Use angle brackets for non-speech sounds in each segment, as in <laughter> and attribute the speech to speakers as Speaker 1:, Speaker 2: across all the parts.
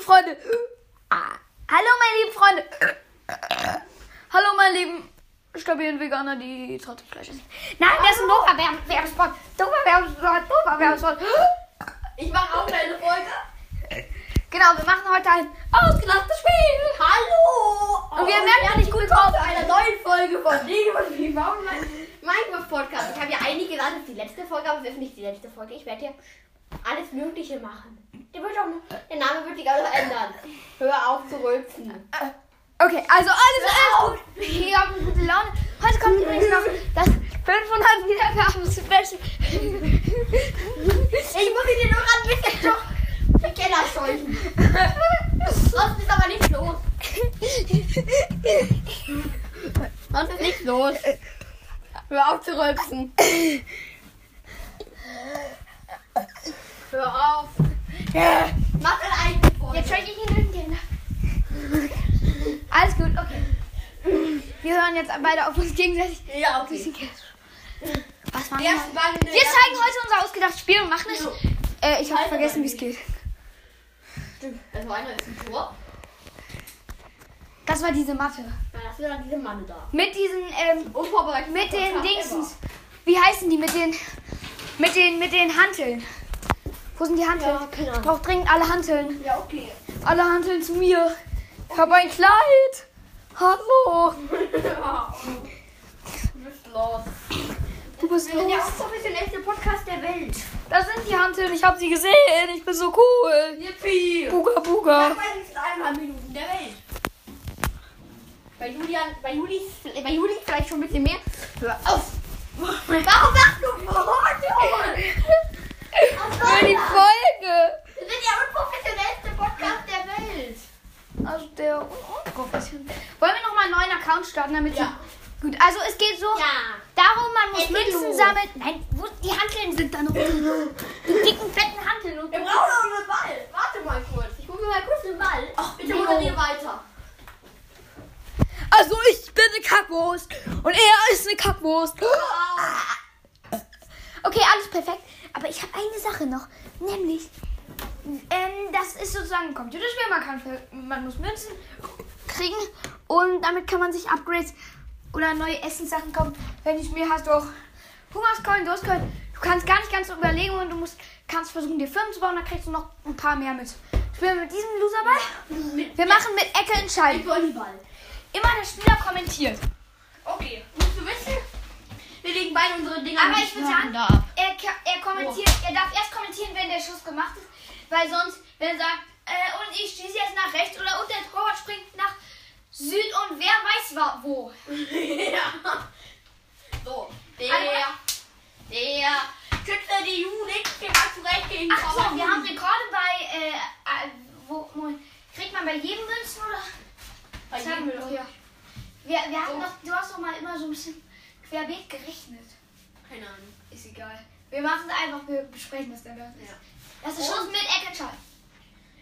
Speaker 1: Freunde. Ah. Hallo, meine lieben Freunde. Hallo, meine lieben stabilen Veganer, die trotzdem Fleisch essen. Nein, das ist ein doofer Werb- Werbespot. Doofer Werbespot. Doofer Werbespot.
Speaker 2: Ich mache auch eine Folge.
Speaker 1: Genau, wir machen heute ein ausgedachtes Spiel.
Speaker 2: Hallo!
Speaker 1: Und wir merken
Speaker 2: herzlich
Speaker 1: nicht gut
Speaker 2: willkommen
Speaker 1: drauf.
Speaker 2: zu einer neuen Folge von Lego und FIFA Online Minecraft Podcast. Ich habe ja einige gesagt, das ist die letzte Folge, aber es ist nicht die letzte Folge. Ich werde hier alles Mögliche machen. Der, wird auch, der Name wird sich auch noch ändern. Hör auf zu rülpsen.
Speaker 1: Okay, also alles,
Speaker 2: Hör
Speaker 1: alles gut. Ich habe eine gute Laune. Heute kommt übrigens noch das 500 Wiedergaben-Special.
Speaker 2: Ich muss ihn dir nur ran, bis ich doch die Keller
Speaker 1: <laughs>
Speaker 2: scheuchen. Sonst ist aber nichts los. Sonst ist nichts los. Hör auf zu rülpsen. Hör auf. Mach deine eigene Folge.
Speaker 1: Jetzt schalte ich ihn in den Alles gut, okay. Wir hören jetzt beide auf uns gegenseitig.
Speaker 2: Ja,
Speaker 1: ein bisschen
Speaker 2: okay.
Speaker 1: Käse. Was machen
Speaker 2: Der
Speaker 1: wir?
Speaker 2: spannende.
Speaker 1: Wir zeigen heute unser ausgedachtes Spiel und machen es.
Speaker 2: Jo.
Speaker 1: Äh, ich habe vergessen, wie es geht.
Speaker 2: Stimmt. Also einer ist ein Tor.
Speaker 1: Das war diese Matte.
Speaker 2: Na, das ist dann diese Mann da.
Speaker 1: Mit diesen, ähm,
Speaker 2: Unvorbereitet.
Speaker 1: mit den
Speaker 2: Podcast
Speaker 1: Dingsens. Wie heißen die? Mit den, mit den, mit den Hanteln. Wo sind die Hanteln?
Speaker 2: Ja, keine Ahnung.
Speaker 1: ich brauche dringend alle Hanteln.
Speaker 2: ever. Ja, okay. <laughs>
Speaker 1: Alle Hanteln zu mir. Ich habe ein Kleid. Hallo.
Speaker 2: Du bist los.
Speaker 1: Du bist
Speaker 2: Wir sind
Speaker 1: los.
Speaker 2: der unprofessionellste Podcast der Welt.
Speaker 1: Das sind die Hanteln, ich habe sie gesehen. Ich bin so cool.
Speaker 2: Yippie!
Speaker 1: Buga Buga.
Speaker 2: Langweiligsten eineinhalb Minuten der Welt. Bei Julian, bei Juli, bei Juli vielleicht schon ein bisschen mehr. Hör auf! Warum machst du Verordnungen? Was
Speaker 1: Für
Speaker 2: soll
Speaker 1: die
Speaker 2: das?
Speaker 1: Folge.
Speaker 2: Wir sind der unprofessionellste Podcast der Welt.
Speaker 1: Also der unprofessionell. Wollen wir nochmal einen neuen Account starten, damit
Speaker 2: Ja.
Speaker 1: sie- Gut, also es geht so.
Speaker 2: Ja.
Speaker 1: Darum, man muss
Speaker 2: Erzähl
Speaker 1: Münzen
Speaker 2: du.
Speaker 1: sammeln. Nein, wo, die Hanteln sind da noch. Die dicken, fetten Hanteln. Und
Speaker 2: Wir brauchen noch einen Ball. Warte mal kurz. Ich hole mir mal kurz den Ball. Ach, bitte
Speaker 1: Leo.
Speaker 2: moderier weiter.
Speaker 1: also ich bin eine Kackwurst. Und er ist eine Kackwurst.
Speaker 2: Ah.
Speaker 1: Okay, alles perfekt. Aber ich habe eine Sache noch. Nämlich, ähm, das ist sozusagen ein Computerspiel. Man, kann, für- man muss Münzen kriegen. Und damit kann man sich Upgrades oder neue Essenssachen kaufen. Wenn ich mir hast du auch Hungerskeulen, Durstkeulen. Du kannst gar nicht ganz überlegen und du musst, kannst versuchen, dir Firmen zu bauen. Dann kriegst du noch ein paar mehr mit. Spielen wir mit diesem Loserball?
Speaker 2: Mit
Speaker 1: Wir machen mit Ecke entscheiden.
Speaker 2: Volleyball.
Speaker 1: Immer der Spieler kommentiert.
Speaker 2: Okay. Musst du wissen? Wir legen beide unsere Dinger
Speaker 1: Aber
Speaker 2: nicht
Speaker 1: ich würde sagen,
Speaker 2: schlagen <laughs> darf.
Speaker 1: er, ka- er kommentiert, er darf erst kommentieren, wenn der Schuss gemacht ist, weil sonst, wenn er sagt, äh, und ich schieße jetzt nach rechts oder und der Torwart springt nach Süd und wer weiß wa- wo.
Speaker 2: Ja. So, der,
Speaker 1: Also-
Speaker 2: der Schütze, die Judith, der war zurecht gegen
Speaker 1: Ach so,
Speaker 2: Bauern.
Speaker 1: wir haben Rekorde bei, äh, äh, wo, Moment, kriegt man bei jedem Münzen oder?
Speaker 2: Bei
Speaker 1: Das haben wir
Speaker 2: jedem
Speaker 1: doch, ja. Wir, wir hatten doch, du hast doch mal immer so ein bisschen querbeet gerechnet.
Speaker 2: Keine Ahnung.
Speaker 1: Ist egal. Wir machen es einfach, wir besprechen das dann.
Speaker 2: Ja.
Speaker 1: Das ist Schuss mit Eckertschall.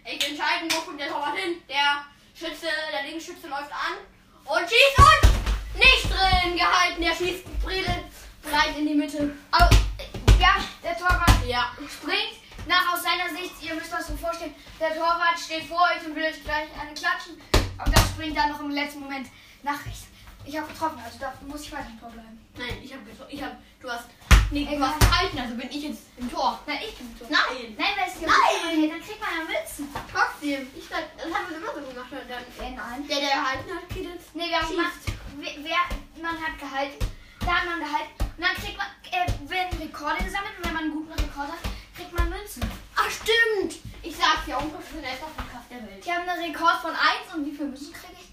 Speaker 2: Ich entscheide, wo kommt der Torwart hin. Der Schütze, der linke Schütze läuft an und schießt und nicht drin gehalten. Der schießt Friedel breit in die Mitte.
Speaker 1: Au, äh, ja, der Torwart
Speaker 2: Ja.
Speaker 1: springt nach aus seiner Sicht, ihr müsst euch so vorstellen, der Torwart steht vor euch und will euch gleich einen klatschen, aber dann springt dann noch im letzten Moment nach rechts. Ich habe getroffen, also da muss ich weiter im Tor bleiben.
Speaker 2: Nein, ich habe, ich hab, du hast, nee, du
Speaker 1: Egal.
Speaker 2: hast gehalten, also bin ich jetzt im Tor.
Speaker 1: Nein, ich bin im Tor.
Speaker 2: Nein.
Speaker 1: Nein, weil es hier
Speaker 2: Nein.
Speaker 1: Nein. dann kriegt man ja Münzen.
Speaker 2: Trotzdem, ich, das haben wir immer so gemacht. Und dann,
Speaker 1: Äh, nein.
Speaker 2: der, der gehalten hat, kriegt jetzt.
Speaker 1: Nee, wir haben
Speaker 2: Schieß.
Speaker 1: gemacht, wer, wer, man hat gehalten, da hat man gehalten und dann kriegt man, äh, werden Rekorde gesammelt und wenn man einen guten Rekord hat, kriegt man Münzen.
Speaker 2: Ach, stimmt. Ich sag's ja, unprofessionellster Podcast der Welt.
Speaker 1: Ich habe einen Rekord von 1 und wie viele Münzen kriege ich?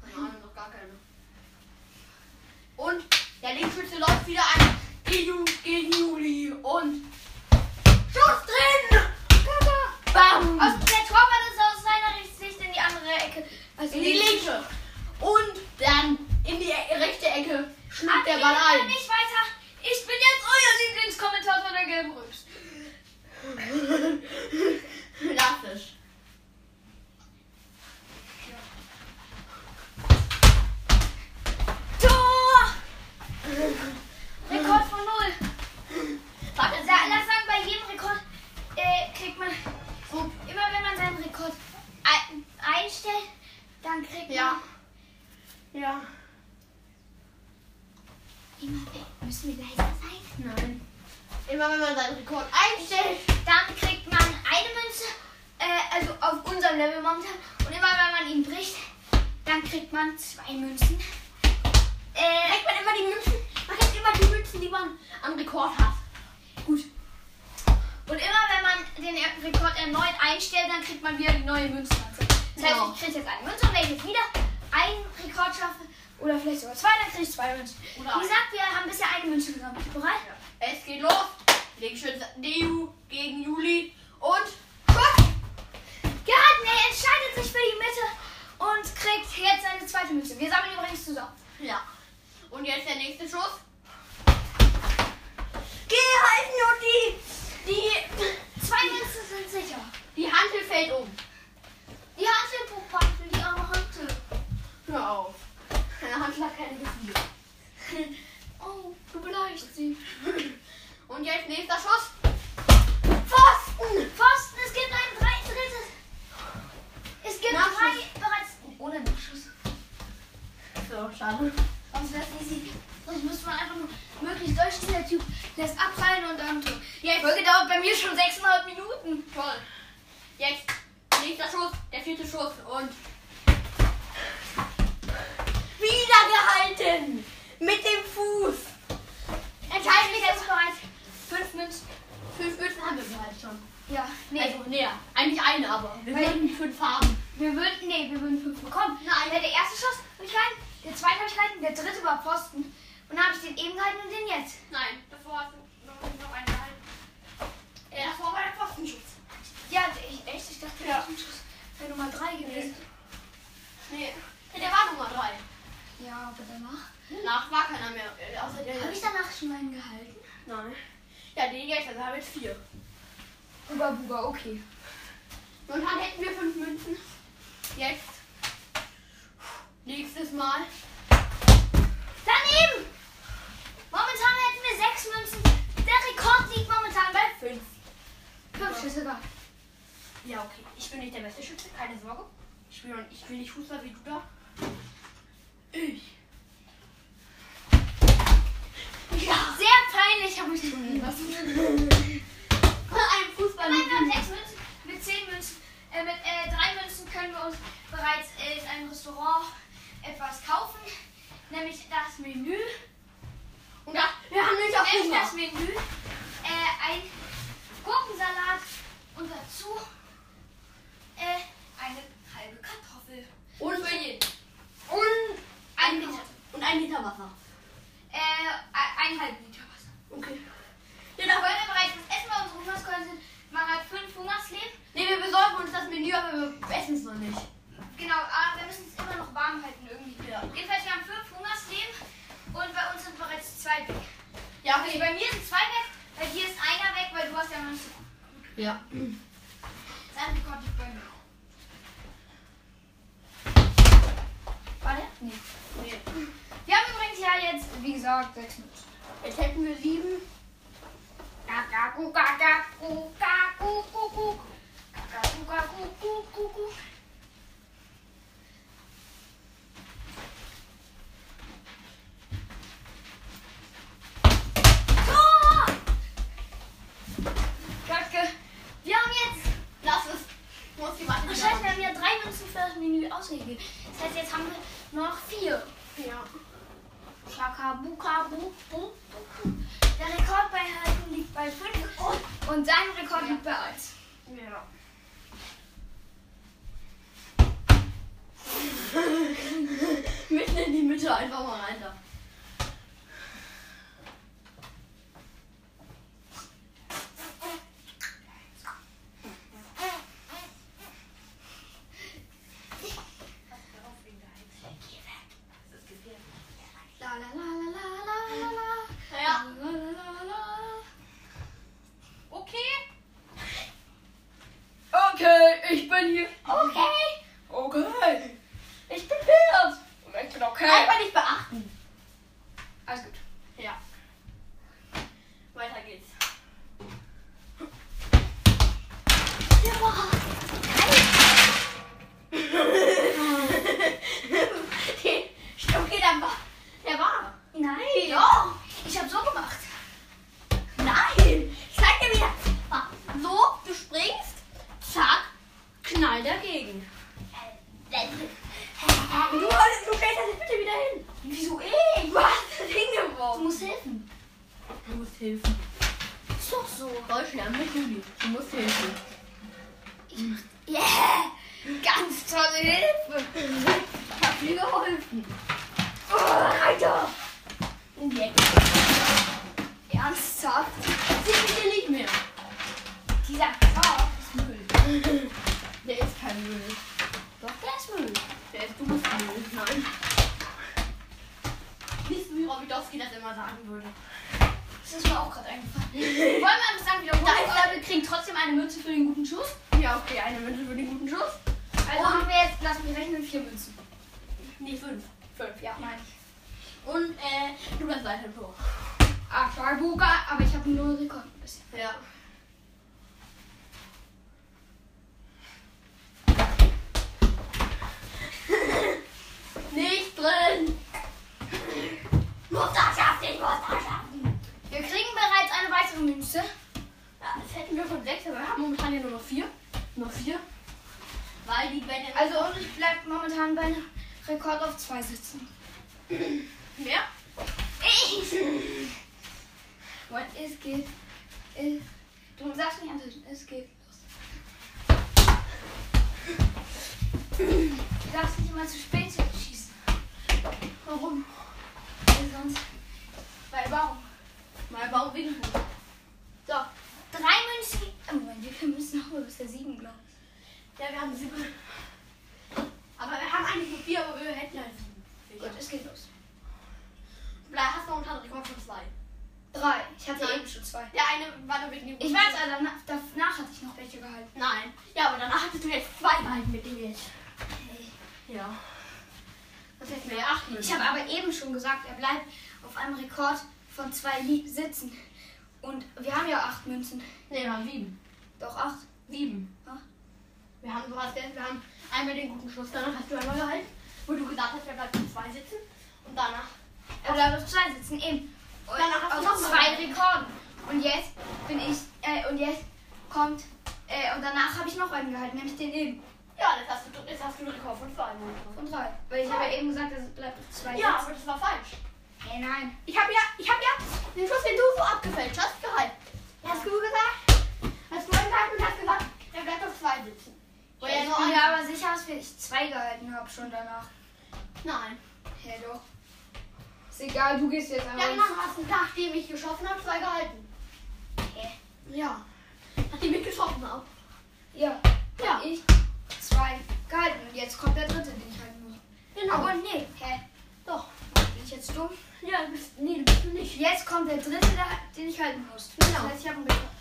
Speaker 2: Keine Ahnung, noch gar keine. Und der Linkschütze läuft wieder an. Gegen, Ju- gegen Juli. Und. Schuss drin! Bam!
Speaker 1: Aus der Torwart ist aus seiner Sicht in die andere Ecke. Also
Speaker 2: in die linke. Und dann in die e- rechte Ecke schlug der Ball
Speaker 1: ein.
Speaker 2: ein.
Speaker 1: Nicht weiter. Ich bin jetzt euer Lieblingskommentator der gelben Rübs.
Speaker 2: Klassisch.
Speaker 1: äh, Dann kriegt
Speaker 2: Ja. Ja.
Speaker 1: man immer weg. Müssen wir leiser sein?
Speaker 2: Nein. Immer wenn man seinen Rekord einstellt.
Speaker 1: Dann kriegt man eine Münze, äh, also auf unserem Level momentan. Und immer wenn man ihn bricht, dann kriegt man zwei Münzen. Äh,
Speaker 2: Kriegt man immer die Münzen. Man kriegt immer die Münzen, die man am Rekord hat.
Speaker 1: gut. Und immer wenn man den er- Rekord erneut einstellt, dann kriegt man wieder die neue Münzenanzahl. Das heißt,
Speaker 2: Genau.
Speaker 1: ich kriege jetzt eine Münze und wenn ich jetzt wieder einen Rekord schaffe, oder vielleicht sogar zwei, dann kriege ich zwei Münzen.
Speaker 2: Oder-
Speaker 1: Wie gesagt, wir haben bisher eine Münze genommen. Bereit?
Speaker 2: Es geht los. Linkschütz DU gegen Juli. Und Gott!
Speaker 1: Gardner entscheidet sich für die Mitte und kriegt jetzt seine zweite Münze. Wir sammeln übrigens zusammen.
Speaker 2: Ja. Und jetzt der nächste Schuss. Geh halt nur die. Die.
Speaker 1: Zwei Münzen sind sicher.
Speaker 2: Die Hantel fällt um.
Speaker 1: Die Hantelpupaten, die arme Hantel.
Speaker 2: Hör auf. Keine Hantel hat keine Gefühle.
Speaker 1: <laughs> Oh, du beleidigst sie.
Speaker 2: Und jetzt nächster Schuss. Pfosten!
Speaker 1: Pfosten, es gibt ein drei drittes. Es gibt
Speaker 2: Nachschuss.
Speaker 1: drei bereits. Ohne Nachschuss.
Speaker 2: So, schade.
Speaker 1: Sonst wäre es easy. Sonst müsste man einfach nur möglichst durchziehen. Der Typ lässt abfallen und dann. Tor. Ja, die Folge dauert bei mir schon sechseinhalb Minuten.
Speaker 2: Toll. Jetzt nächster Schuss. Der vierte Schuss. Und. Wieder gehalten! Mit dem Fuß!
Speaker 1: Entscheide mich jetzt bereits. Fünf Münzen.
Speaker 2: Fünf Münzen haben wir bereits schon.
Speaker 1: Ja, nee.
Speaker 2: Also näher. Eigentlich eine, aber wir
Speaker 1: Weil-
Speaker 2: werden fünf haben.
Speaker 1: Wir würden, nee, wir würden fünf bekommen.
Speaker 2: Nein.
Speaker 1: Weil der erste Schuss habe ich gehalten, der zweite habe ich gehalten, der dritte war Pfosten. Und dann habe ich den eben gehalten und den jetzt.
Speaker 2: Nein, davor hast du noch, noch einen gehalten. Ja, davor war der Pfostenschutz.
Speaker 1: Ja, ich, echt, ich dachte, der
Speaker 2: Ja.
Speaker 1: erste Schuss wäre Nummer drei gewesen.
Speaker 2: Nee, der war Nummer drei.
Speaker 1: Ja, aber danach.
Speaker 2: Danach war keiner mehr, äh, außer der
Speaker 1: Habe ich danach schon einen gehalten?
Speaker 2: Nein. Ja, den jetzt, also haben wir jetzt vier.
Speaker 1: Buba, buba, okay.
Speaker 2: Nun dann hätten wir fünf Münzen. Jetzt. Nächstes Mal.
Speaker 1: Daneben! Momentan hätten wir sechs Münzen. Der Rekord liegt momentan bei
Speaker 2: Fünf.
Speaker 1: fünf Schüsse sogar.
Speaker 2: Ja, okay. Ich bin nicht der beste Schütze, keine Sorge. Ich bin, noch- ich bin nicht Fußball wie du da. Ich. Ja.
Speaker 1: Sehr peinlich habe ich tun <laughs> lassen.
Speaker 2: Ein Fußball.
Speaker 1: Nein, wir haben sechs Münzen. Mit zehn Münzen, äh, mit äh, drei Münzen können wir uns bereits äh, in einem Restaurant etwas kaufen. Nämlich das Menü.
Speaker 2: Und da, wir haben nicht auf
Speaker 1: Nämlich das
Speaker 2: Hunger.
Speaker 1: Menü. Äh, ein Gurkensalat und dazu äh, eine halbe Kartoffel.
Speaker 2: Und für jeden.
Speaker 1: Und ein
Speaker 2: Ein
Speaker 1: Liter.
Speaker 2: Liter. Und ein Liter Wasser.
Speaker 1: Äh, ein- eineinhalb Liter Wasser.
Speaker 2: Okay.
Speaker 1: Ja, da wollen wir bereits das Essen bei unseren Hungerskeulen sind. Man hat fünf Hungersleben.
Speaker 2: Nee, wir besorgen uns das Menü, aber wir essen es noch nicht.
Speaker 1: Genau, aber wir müssen es immer noch warm halten irgendwie.
Speaker 2: Ja.
Speaker 1: Jedenfalls, wir haben fünf Hungersleben und bei uns sind bereits zwei weg.
Speaker 2: Ja,
Speaker 1: Also bei mir sind zwei weg, bei dir ist einer weg, weil du hast ja noch nicht so gut.
Speaker 2: Ja.
Speaker 1: Sein Rekord liegt bei mir. Warte? Nee.
Speaker 2: Nee.
Speaker 1: Wir haben übrigens ja jetzt, wie gesagt, sechs Minuten.
Speaker 2: Jetzt hätten wir sieben.
Speaker 1: Kakaku, kakaku, kaku, kuku. Kakaku, kaku, kuku, kuku. Tor! Kacke. Wir haben jetzt
Speaker 2: Lass es. Muss die Mathe
Speaker 1: Ach scheiße, wir haben ja drei Münzen für das Menü ausgegeben. Das heißt, jetzt haben wir nur noch vier.
Speaker 2: Ja.
Speaker 1: Schakabuka, bu, bu, bu, bu. Der Rekord bei Halten liegt bei fünf und- und sein Rekord
Speaker 2: Ja.
Speaker 1: liegt bei eins.
Speaker 2: Ja. <laughs> Mitten in die Mitte einfach mal rein da.
Speaker 1: La, la, la, la, la, la, la, la.
Speaker 2: Ja.
Speaker 1: La, la, la, la,
Speaker 2: Okay.
Speaker 1: la. Okay, ich bin hier.
Speaker 2: Okay.
Speaker 1: Okay. Oh, Ich bin Piers. Ich bin okay.
Speaker 2: Einfach nicht beachten.
Speaker 1: Alles gut.
Speaker 2: Ja. Weiter geht's.
Speaker 1: Ja.
Speaker 2: <laughs>
Speaker 1: Ah, Ding.
Speaker 3: Du, du stellst das jetzt bitte wieder hin.
Speaker 1: Wieso ich?
Speaker 3: Du hast das
Speaker 1: Du
Speaker 3: hingeworfen.
Speaker 1: musst helfen.
Speaker 2: Du musst helfen.
Speaker 1: Ist doch so.
Speaker 2: Deutschland mit Juli. Du musst helfen.
Speaker 1: Yeah! Ganz tolle Hilfe.
Speaker 2: Ich hab dir geholfen.
Speaker 3: Oh, Alter.
Speaker 2: In die Ecke.
Speaker 1: Ernsthaft?
Speaker 2: Sieh bitte
Speaker 1: <laughs>
Speaker 2: nicht mehr.
Speaker 1: Dieser Korb.
Speaker 2: Müll. Der ist kein Müll.
Speaker 1: Doch, der ist Müll.
Speaker 2: Der ist, du bist Müll. Nein. Nicht so wie Robidowski das immer sagen würde.
Speaker 1: Das ist mir auch gerade eingefallen. Wollen wir das dann wiederholen?
Speaker 2: Da ist
Speaker 1: oder wir kriegen trotzdem eine Münze für den guten Schuss.
Speaker 2: Oh, Ja, okay, eine Münze für den guten Schuss.
Speaker 1: Also haben wir jetzt, lass mich rechnen, vier Münzen.
Speaker 2: Nee, fünf. Fünf, ja.
Speaker 1: meine ich.
Speaker 2: Und äh, du bist weiter im Tor.
Speaker 1: Ah, Freiburger, aber ich habe nur Rekord bisher.
Speaker 2: Ja. <laughs> Nicht drin!
Speaker 3: Muss das schaffen, ich muss das schaffen.
Speaker 1: Wir kriegen bereits eine weitere Münze.
Speaker 2: Ja, das hätten wir von sechs, aber wir haben momentan ja nur noch vier. Nur vier. Weil die werden ja
Speaker 1: Also und ich bleibe momentan bei einem Rekord auf zwei sitzen.
Speaker 2: nicht mehr.
Speaker 1: What is geht? Is, du sagst nicht antworten. Es geht los. Du darfst nicht immer zu spät schießen.
Speaker 2: Warum?
Speaker 1: Weil sonst bei Baum.
Speaker 2: Mal Bauch wegen So, ja,
Speaker 1: Drei Münzen. Oh Moment, wir müssen noch mal bis der sieben, glaube ich.
Speaker 2: wir haben sieben. Aber wir haben eigentlich nur vier, aber wir hätten halt sieben.
Speaker 1: Gut, es geht los.
Speaker 2: Vielleicht hast du momentan einen Rekord von zwei.
Speaker 1: Drei. Ich hatte
Speaker 2: Nein.
Speaker 1: eben schon zwei.
Speaker 2: Der eine war nur wegen dem
Speaker 1: Ich weiß, aber danach, danach hatte ich noch welche gehalten.
Speaker 2: Nein. Ja, aber danach hattest du jetzt zwei Balken mit dem jetzt. Ja.
Speaker 1: Das hätten wir
Speaker 2: Nee, acht
Speaker 1: Ich habe aber eben schon gesagt, er bleibt auf einem Rekord von zwei Li Sitzen. Und wir haben ja acht Münzen.
Speaker 2: Nee, wir haben sieben.
Speaker 1: Doch acht.
Speaker 2: Sieben.
Speaker 1: Acht.
Speaker 2: Wir haben, du hast jetzt, wir haben einmal den guten Schluss, danach hast du einmal gehalten, wo du gesagt hast, wir bleiben mit zwei sitzen. Und danach.
Speaker 1: Er bleibt auf zwei Sitzen eben. Und
Speaker 2: Danach hast du
Speaker 1: auf
Speaker 2: noch mal
Speaker 1: zwei
Speaker 2: einen.
Speaker 1: Rekorden. Und jetzt bin ich, äh, und jetzt kommt, äh, und danach habe ich noch einen gehalten, nämlich den eben.
Speaker 2: Ja, jetzt hast du, jetzt hast du einen Rekord von zwei. Monate.
Speaker 1: Von drei. Weil ich habe ja eben gesagt, er bleibt auf zwei
Speaker 2: Ja,
Speaker 1: Sitzen.
Speaker 2: aber das war falsch.
Speaker 1: Hey, nein.
Speaker 2: Ich habe ja, ich habe ja den Schuss, den du so abgefälscht hast, gehalten. Hast du gesagt, hast du gesagt und hast gesagt, er bleibt auf zwei sitzen. Wo er
Speaker 1: ich
Speaker 2: nur
Speaker 1: bin
Speaker 2: einen-
Speaker 1: mir aber sicher, dass ich zwei gehalten habe schon danach.
Speaker 2: Nein.
Speaker 1: Ja, doch. Ist egal, du gehst jetzt
Speaker 2: Ja,
Speaker 1: einmal.
Speaker 2: genau, hast du, nachdem ich geschossen habe, zwei gehalten.
Speaker 1: Hä?
Speaker 2: Ja. Nachdem ich geschossen habe.
Speaker 1: Ja.
Speaker 2: Ja.
Speaker 1: Ich zwei gehalten. Und jetzt kommt der dritte, den ich halten muss.
Speaker 2: Genau.
Speaker 1: Aber nee. Hä?
Speaker 2: Doch.
Speaker 1: Bin ich jetzt dumm?
Speaker 2: Ja, du bist, nee, du bist du nicht.
Speaker 1: Jetzt kommt der dritte, der, den ich halten muss.
Speaker 2: Genau.
Speaker 1: Das heißt, ich habe einen Rekord.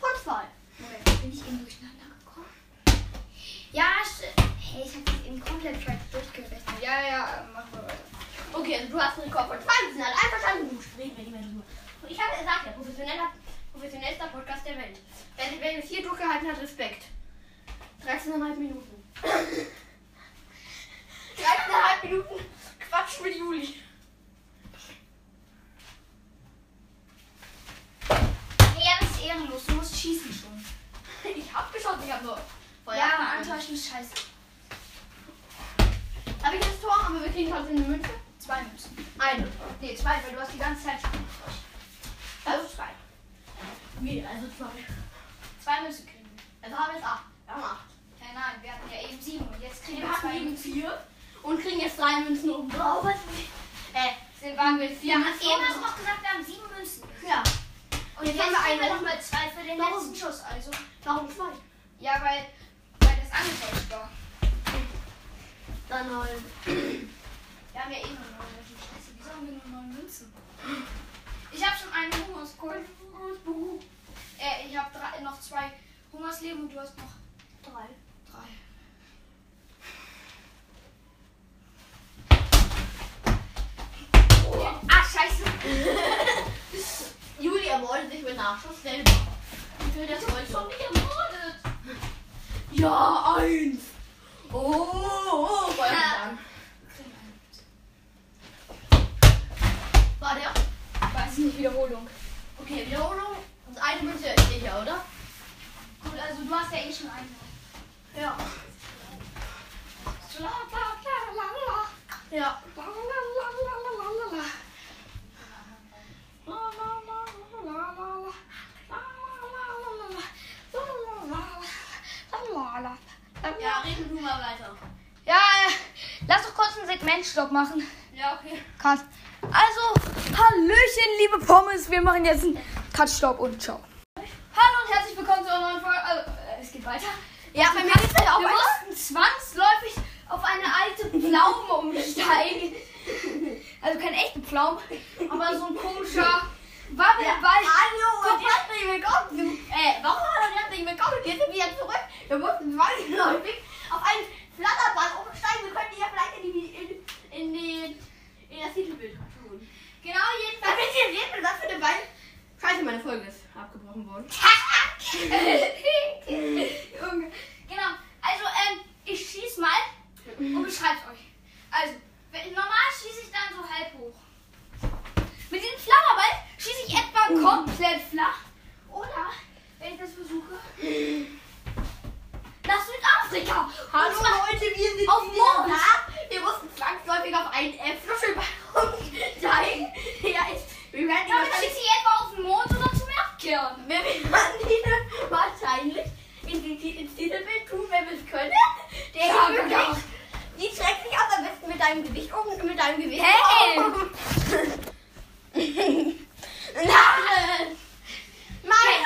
Speaker 2: Von zwei.
Speaker 1: Moment, bin ich eben durcheinander gekommen? Ja, st- hey, ich habe das eben komplett falsch durchgerechnet. Ja, ja, äh, machen wir weiter.
Speaker 2: Okay, also du hast einen Rekord von zwei. Wir sind halt alle einverstanden. Gut, reden wir nicht mehr drüber. Und Ich habe gesagt, der professioneller, professionellster Podcast der Welt. Wer, wer das hier durchgehalten hat, Respekt. 13,5 Minuten. 13,5 Minuten Quatsch mit Juli.
Speaker 1: Hey, ja, das ist ehrenlos. Du musst schießen schon.
Speaker 2: Ich hab geschossen, ich hab nur. Feuer
Speaker 1: Ja,
Speaker 2: gefangen.
Speaker 1: antäuschen ist scheiße.
Speaker 2: Habe ich das Tor, aber wir kriegen trotzdem eine Münze.
Speaker 1: Zwei Münzen.
Speaker 2: Eine.
Speaker 1: Nee, zwei, weil du hast die ganze Zeit schon angetäuscht.
Speaker 2: Also zwei. Wie? Also zwei.
Speaker 1: Zwei Münzen kriegen wir.
Speaker 2: Also haben wir jetzt acht. Wir haben acht.
Speaker 1: Ja, nein, wir hatten ja eben sieben und jetzt kriegen
Speaker 2: Wir
Speaker 1: wir
Speaker 2: hatten
Speaker 1: zwei
Speaker 2: eben
Speaker 1: Münzen.
Speaker 2: vier und kriegen jetzt drei Münzen oben drauf. Äh,
Speaker 1: Sind waren wir vier.
Speaker 2: vier.
Speaker 1: Eben hast du noch gesagt, wir haben sieben Münzen.
Speaker 2: ja.
Speaker 1: Und
Speaker 2: Jetzt
Speaker 1: jetzt
Speaker 2: haben
Speaker 1: haben
Speaker 2: wir
Speaker 1: wir
Speaker 2: einen.
Speaker 1: nochmal zwei für den
Speaker 2: Warum?
Speaker 1: letzten Schuss. Also.
Speaker 2: Warum zwei?
Speaker 1: Ja, weil, weil das angetäuscht war.
Speaker 2: Dann
Speaker 1: äh,
Speaker 2: halt.
Speaker 1: Wir haben ja eben nur neun Münzen. Scheiße, wieso haben wir nur neun Münzen? Ich habe schon einen Hungerskohl. Äh, ich habe drei- noch zwei Hungersleben und du hast noch
Speaker 2: Drei.
Speaker 1: drei. Ah, scheiße.
Speaker 2: Juli ermordet sich mit Nachschuss selber. Ich will das heute schon nicht ermordet. Ja, eins. Oh, oh, Feuer gefangen. War der.
Speaker 1: Weiß nicht, Wiederholung.
Speaker 2: Okay, Wiederholung. Und eine Münze ist sicher, oder?
Speaker 1: Gut, also du hast ja eh schon einen.
Speaker 2: Ja.
Speaker 1: Ja. Ja, reden du mal weiter.
Speaker 4: Ja, ja, lass doch kurz einen Segmentstopp machen.
Speaker 1: Ja, okay.
Speaker 4: Cut. Also, Hallöchen, liebe Pommes. Wir machen jetzt einen Cut-Stopp und ciao.
Speaker 1: Hallo und herzlich willkommen zu einer neuen Folge. Also, äh, es geht weiter.
Speaker 4: Ja, bei mir geht's halt auch
Speaker 1: Wir
Speaker 4: weiter.
Speaker 1: mussten zwangsläufig auf eine alte Pflaume umsteigen. Also keine echte Pflaume, aber so ein komischer Wabbelwald.
Speaker 2: Hallo und
Speaker 1: Guck mal.
Speaker 2: herzlich willkommen zu. Äh, warum hallo und herzlich willkommen? Wir sind wieder zurück. Wir mussten zwangsläufig auf einen Flatterband umsteigen. Wir könnten ja vielleicht in die. in, in, die, in das Titelbild tun.
Speaker 1: Genau, jedenfalls.
Speaker 2: Damit ihr seht, mit was für eine Weile.
Speaker 1: Scheiße, meine Folge ist abgebrochen worden. Junge. <laughs> genau, also ähm, ich schieß mal und beschreib's euch. Also, wenn, normal schieße ich dann so halb hoch. Mit dem Flammerball schieße ich etwa komplett flach. Oder, wenn ich das versuche, nach Südafrika.
Speaker 2: Hallo
Speaker 1: Und zwar-
Speaker 2: Leute, wir sind
Speaker 1: Auf
Speaker 2: wieder
Speaker 1: Mond.
Speaker 2: da. Wir mussten zwangsläufig auf einen äh, Fluschelballon <laughs> steigen. Ja, ich, wir werden
Speaker 1: Damit
Speaker 2: die wahrscheinlich,
Speaker 1: schieße ich etwa auf den Mond oder zum Erdkern.
Speaker 2: wir werden die <laughs> wahrscheinlich in die, Ti- ins Titelbild tun, wenn wir es können. Der
Speaker 1: Ja,
Speaker 2: ist wirklich,
Speaker 1: genau.
Speaker 2: die schreckt sich aus am besten mit deinem Gewicht um, mit deinem Gewicht
Speaker 1: Hey.
Speaker 2: um. <laughs> Nein! Mein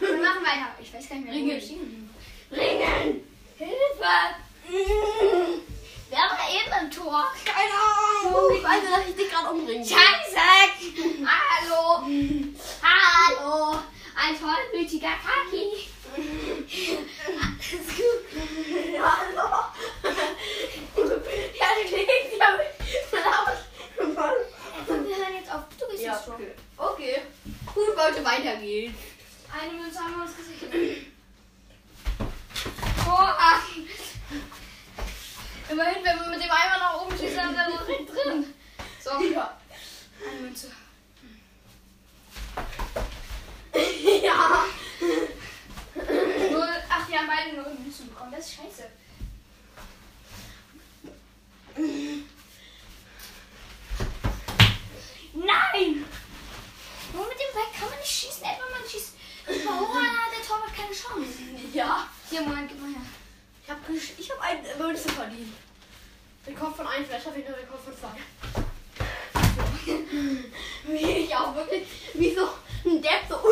Speaker 1: Wir machen weiter. Ich weiß gar nicht mehr, wo
Speaker 2: Ringen.
Speaker 1: wir stehen.
Speaker 2: Ringen!
Speaker 1: Hilfe! Wer war eben im Tor?
Speaker 2: Keine Ahnung! Ich weiß, dass ich dich gerade umbringe.
Speaker 1: Scheiße! Hallo! Hallo! Ein tollmütiger Kaki!
Speaker 2: <laughs> Hallo! Ja, die legt sich aber
Speaker 1: Wir hören jetzt auf. Du bist
Speaker 2: Ja,
Speaker 1: jetzt schon.
Speaker 2: okay. okay. Gut, wollte weitergehen.
Speaker 1: Eine Minute haben wir uns gesichert. Vorhang! Immerhin, wenn wir mit dem Eimer nach oben schießen, dann sind wir direkt drin. So,
Speaker 2: Ja.
Speaker 1: eine Minute.
Speaker 2: <laughs> Ja.
Speaker 1: Null, ach, wir haben beide nur Münzen bekommen. Das ist scheiße. Nein! Nur mit dem Ball kann man nicht schießen, etwa man schießt. Warum hat der Torwart keine Chance?
Speaker 2: Ja.
Speaker 1: Hier, Moment, gib mal her.
Speaker 2: Ich hab, gesch- ich hab einen Münze verdient. Rekord von einem Flasche, wieder Rekord von zwei. <laughs> Wie ich auch wirklich, wie so ein Depp so. uh,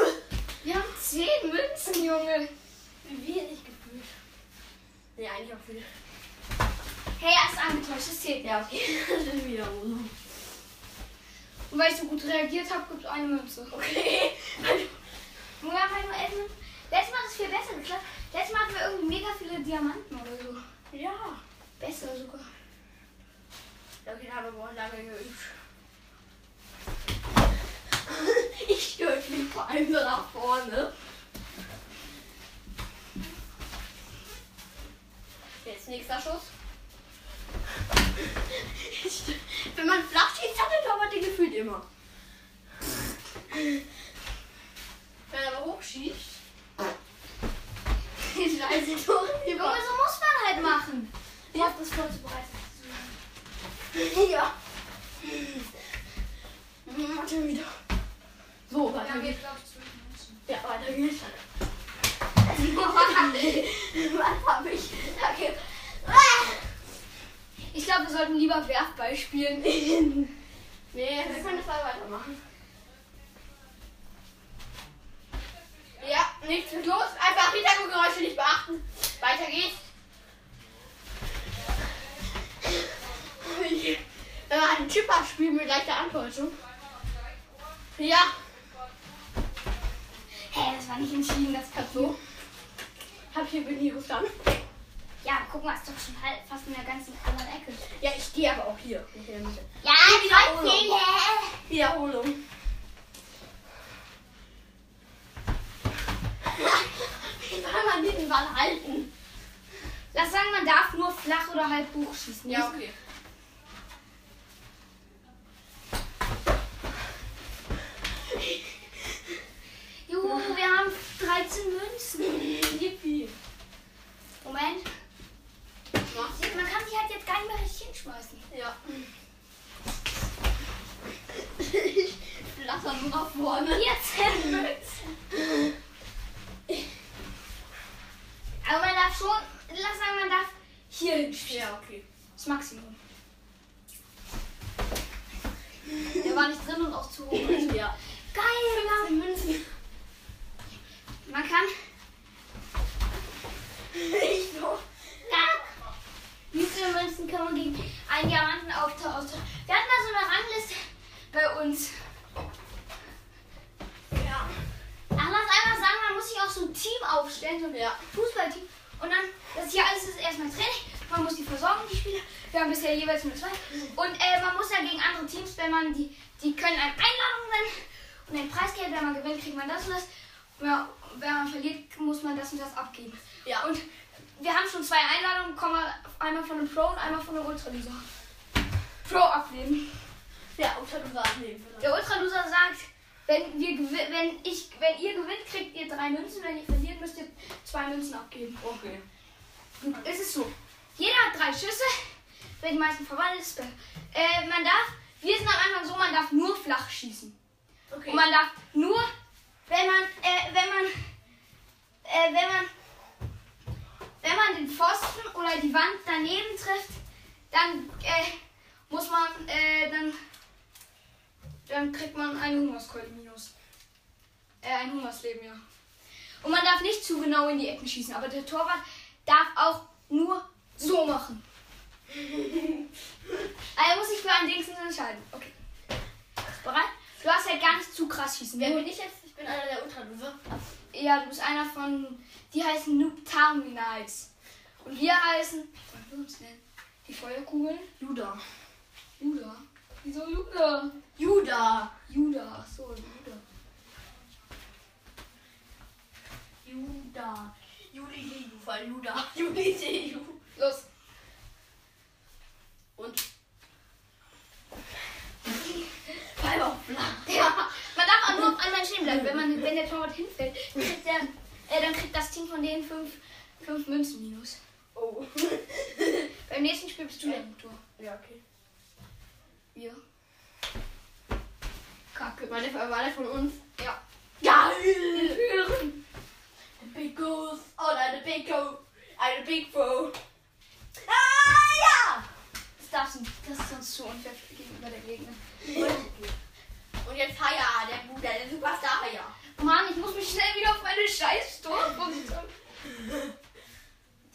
Speaker 1: Wir haben zehn Münzen, Junge.
Speaker 2: Wie hätte ich gefühlt? Nee, eigentlich auch viel.
Speaker 1: Hey, er ist angetäuscht, das zählt.
Speaker 2: Ja, okay. <laughs> Das ist wieder so.
Speaker 1: Und weil ich so gut reagiert habe, gibt es eine Münze.
Speaker 2: Okay.
Speaker 1: Junge, haben halt nur elf Münzen. Letztes Mal hat es viel besser geklappt. Letztes Mal hatten wir irgendwie mega viele Diamanten oder so.
Speaker 2: Ja.
Speaker 1: Besser sogar.
Speaker 2: Okay, da haben wir wohl lange geübt. Ich stürze mich vor allem so nach vorne. Jetzt nächster Schuss. Wenn man flach schießt, hat der Torwart den gefühlt immer. Wenn er aber <laughs> hochschießt, scheiße Tore
Speaker 1: Junge,
Speaker 2: über.
Speaker 1: so muss man halt machen.
Speaker 2: Ich hab
Speaker 1: das vorzubereitet.
Speaker 2: Ja. Hm, Warte wieder. So,
Speaker 1: Ja,
Speaker 2: weiter
Speaker 1: wir
Speaker 2: geht's.
Speaker 1: glaube ich, zwölf Münzen.
Speaker 2: Ja, weiter geht's. Was hab ich da ge- Ah!
Speaker 1: <laughs> Ich glaube, wir sollten lieber Werfball spielen. <laughs>
Speaker 2: Nee, wir können das mal weitermachen. Ja, nichts ist los. Einfach Hintergrundgeräusche nicht beachten. Weiter geht's. Wenn man einen Chipper spielt mit leichter Antäuschung. Ja,
Speaker 1: Hey, das war nicht entschieden, das kann so.
Speaker 2: hab hier bin ich gestanden.
Speaker 1: Ja, guck mal, ist doch schon halb, fast in der ganzen anderen Ecke.
Speaker 2: Ja, ich stehe aber auch hier. Nicht in der Mitte.
Speaker 1: Ja, genau
Speaker 2: trotzdem, Wiederholung. Wie soll man diesen Ball halten?
Speaker 1: Lass sagen, man darf nur flach oder halb hoch schießen.
Speaker 2: okay.
Speaker 1: Juhu, wir haben 13 Münzen.
Speaker 2: Yippie.
Speaker 1: Moment.
Speaker 2: Was?
Speaker 1: Man kann sich halt 14 Münzen. Aber man darf schon, lass sagen, man darf hier hinspielen.
Speaker 2: Ja, okay.
Speaker 1: Das Maximum. Der war nicht drin und auch zu hoch. Also ja. Geil, Mann.
Speaker 2: Münzen.
Speaker 1: Man kann.
Speaker 2: Ich so.
Speaker 1: Ja. Mit den Münzen kann man gegen einen Diamanten auftauschen. Wir hatten da so eine Rangliste bei uns.
Speaker 2: Ja.
Speaker 1: Ach, lass einfach sagen, man muss sich auch so ein Team aufstellen, so ein
Speaker 2: Ja.
Speaker 1: Fußballteam. Und dann, das hier alles ist erstmal Training. Man muss die versorgen, die Spieler. Wir haben bisher jeweils nur zwei. Und äh, man muss ja gegen andere Teams, wenn man die, die können einem Einladungen senden und ein Preisgeld. Wenn man gewinnt, kriegt man das und das. Ja, Wenn man verliert, muss man das und das abgeben.
Speaker 2: Ja.
Speaker 1: Und wir haben schon zwei Einladungen bekommen, einmal von einem Pro und einmal von einem Ultraloser. Pro abnehmen.
Speaker 2: Ja, unter dem Rad nehmen wir.
Speaker 1: Der Ultraluser sagt, wenn, wir gewi- wenn, ich, wenn ihr gewinnt, kriegt ihr drei Münzen. Wenn ihr verliert, müsst ihr zwei Münzen abgeben.
Speaker 2: Okay.
Speaker 1: Es ist so. Jeder hat drei Schüsse. Wer die meisten verwandelt ist, der- äh, man darf, wir sind am Anfang so, man darf nur flach schießen.
Speaker 2: Okay.
Speaker 1: Und man darf nur, wenn man, äh, wenn man, äh, wenn man, wenn man den Pfosten oder die Wand daneben trifft, dann äh, muss man, äh, dann, dann kriegt man eine Hungerskeule minus. Äh, ein Hungersleben, ja. Und man darf nicht zu genau in die Ecken schießen, aber der Torwart darf auch nur so machen. Also er muss sich für einen Dingsens entscheiden. Okay. Bereit? Du darfst halt gar nicht zu krass schießen.
Speaker 2: Wer
Speaker 1: Wenn du
Speaker 2: bin ich jetzt? Ich bin einer der Ultralose.
Speaker 1: ja, du bist einer von. Die heißen Noob Terminals. Und wir heißen. Wollen wir uns nennen? Die Feuerkugeln?
Speaker 2: Juda.
Speaker 1: Juda. Wieso Juda?
Speaker 2: Juda.
Speaker 1: Juda, ach so, Juda.
Speaker 2: Juda. Juli Jeju, weil Juda. Juli Jeju.
Speaker 1: Los.
Speaker 2: Und. Pfeife auf Blatt.
Speaker 1: Ja, man darf auch nur auf einmal stehen bleiben. Wenn, man, wenn der Torwart hinfällt, kriegt der, äh, dann kriegt das Team von denen fünf, fünf Münzen minus.
Speaker 2: Oh.
Speaker 1: Beim nächsten Spiel bist du dann im Tor.
Speaker 2: ja, okay.
Speaker 1: Wir. Kacke.
Speaker 2: Meine Frau war der von uns.
Speaker 1: Ja.
Speaker 2: Geil! The big goose oder the big go. Eine big pro. Ah,
Speaker 1: Das darfst du nicht. Das ist sonst zu unfair gegenüber der Gegner.
Speaker 2: ja! Und jetzt Haya, der Bruder, der Superstar Haya.
Speaker 1: Mann, ich muss mich schnell wieder auf meine scheiß Torposition.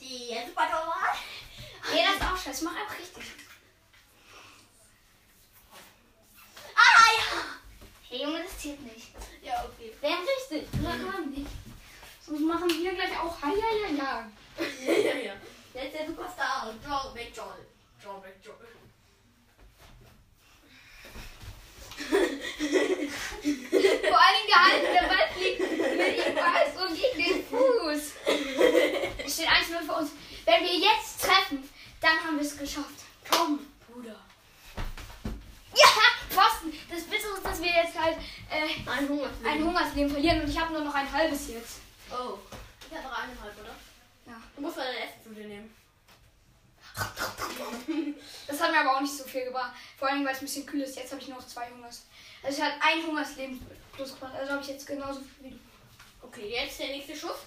Speaker 2: Die äh, Ah, Superstar.
Speaker 1: Ey, das ist auch scheiße. Mach einfach richtig.
Speaker 2: Ah, ja!
Speaker 1: Hey Junge, das zählt nicht.
Speaker 2: Ja, okay. <laughs>
Speaker 1: Wer richtig? Na gar nicht. Sonst machen wir gleich auch hi, ja, ja, ja.
Speaker 2: ja, ja. Jetzt der Superstar und John McJoll. John McJoll.
Speaker 1: Vor allem der Hals, der Ball fliegt mit ihm weiß und gegen den Fuß. Es steht 1-0 für uns. Wenn wir jetzt treffen, dann haben wir es geschafft.
Speaker 2: Komm, Bruder.
Speaker 1: Ja, Pfosten. Das Bittere ist, dass wir jetzt halt äh,
Speaker 2: Ein Hunger.
Speaker 1: ein Hungersleben verlieren und ich habe nur noch ein halbes jetzt.
Speaker 2: Oh. Ich habe dreieinhalb, oder?
Speaker 1: Ja.
Speaker 2: Du musst mal dein Essen zu dir <laughs> nehmen.
Speaker 1: Das hat mir aber auch nicht so viel gebracht. Vor allem, weil es ein bisschen kühl ist. Jetzt habe ich nur noch zwei Hungers. Also ich hatte ein Hungersleben plus gemacht. Also habe ich jetzt genauso viel wie du.
Speaker 2: Okay, jetzt der nächste Schuss.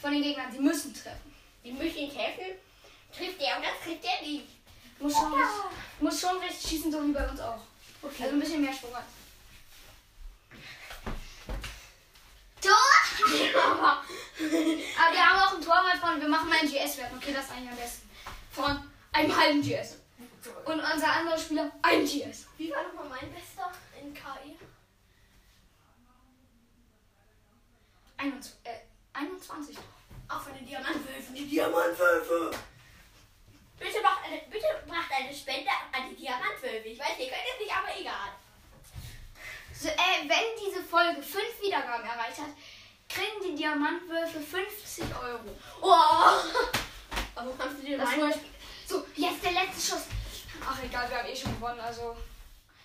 Speaker 1: Von den Gegnern. Die müssen treffen.
Speaker 2: Die möchte ihn helfen. Trifft der und das trifft der nicht.
Speaker 1: Muss schon, muss schon recht schießen, so wie bei uns auch.
Speaker 2: Okay.
Speaker 1: Also ein bisschen mehr Schwung. hat.
Speaker 2: Tor!
Speaker 1: <laughs>
Speaker 2: Ja.
Speaker 1: Aber wir haben auch einen Torwart von. Wir machen mal einen GS-Wert. Okay, das ist eigentlich am besten. Von einem halben GS. Und unser anderer Spieler ein GS.
Speaker 2: Wie war nochmal mein Bester in KI?
Speaker 1: 21. Äh, 21.
Speaker 2: Ach, von den Diamantwölfen. Die Diamantwölfe! Bitte macht eine, bitte macht eine Spende an die Diamantwölfe. Ich weiß, ihr könnt es nicht, aber egal.
Speaker 1: So, äh, wenn diese Folge 5 Wiedergaben erreicht hat, kriegen die Diamantwürfe 50 Euro.
Speaker 2: Oh! Aber wo kannst du dir
Speaker 1: Das
Speaker 2: meinen?
Speaker 1: Spiel. So, jetzt der letzte Schuss. Ach egal, wir haben eh schon gewonnen, also.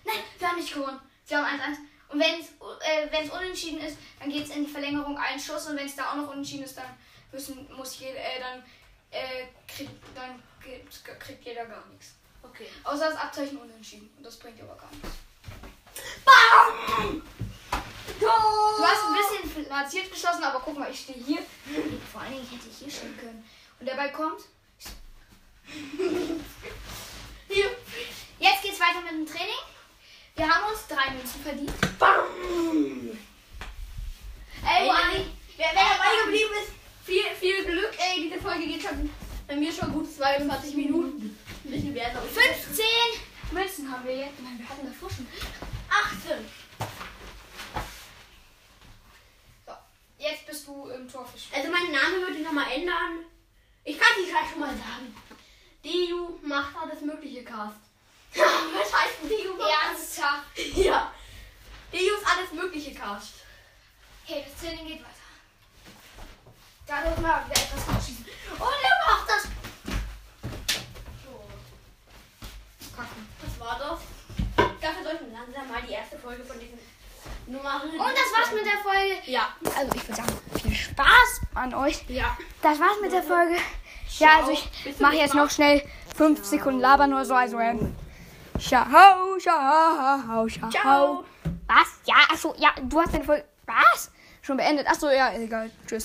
Speaker 1: Nein, wir haben nicht gewonnen. Wir haben 1-1. Und wenn es äh, wenn's unentschieden ist, dann geht es in Verlängerung einen Schuss. Und wenn es da auch noch unentschieden ist, dann müssen, muss jeder, äh, dann, äh, kriegt, dann gibt, kriegt jeder gar nichts.
Speaker 2: Okay.
Speaker 1: Außer das Abzeichen unentschieden. Und das bringt aber gar nichts.
Speaker 2: BAM! Tor!
Speaker 1: Du
Speaker 5: Du
Speaker 1: hast ein bisschen platziert geschossen, aber guck mal, ich stehe hier. <laughs> Vor allen Dingen hätte ich hier stehen können. Und der Ball kommt. <laughs> Hier. Jetzt geht's weiter mit dem Training. Wir haben uns drei Münzen verdient. Äh,
Speaker 2: Bam!
Speaker 1: Ey,
Speaker 2: Ey,
Speaker 1: Wally.
Speaker 2: Wer, wer dabei geblieben ist, viel, viel Glück. Ey, diese Folge geht schon bei mir schon gut 22 Minuten. Ein bisschen mehr. glaube ich.
Speaker 1: 15 Münzen haben wir jetzt. Nein, wir hatten davor schon.
Speaker 2: 18.
Speaker 1: So, jetzt bist du im Torfisch.
Speaker 2: Also mein Name würde ich nochmal ändern. Ich kann die gleich schon mal sagen. DU macht alles mögliche Cast. <laughs> Was heißt denn DU?
Speaker 1: Ernsthaft.
Speaker 2: <laughs> Ja. DU ist alles mögliche Cast.
Speaker 1: Hey, das Training geht weiter. Da dürfen wir wieder etwas gut schießen. Und er macht das.
Speaker 2: So,
Speaker 1: Kacken.
Speaker 2: das war das. Dafür sollten wir langsam mal die erste Folge von diesen Nummern.
Speaker 1: Und das war's mit der Folge.
Speaker 2: Ja.
Speaker 1: Also ich würde sagen, viel Spaß an euch.
Speaker 2: Ja.
Speaker 1: Das war's mit der Folge. Ja, also ich
Speaker 2: Bis zum
Speaker 1: mache jetzt noch schnell 5 Sekunden labern oder so. Also ähm, ciao, ciao, ciao.
Speaker 2: Ciao.
Speaker 1: Was? Ja, achso, ja, du hast deine Folge. Was? Schon beendet. Achso, ja, egal. Tschüss.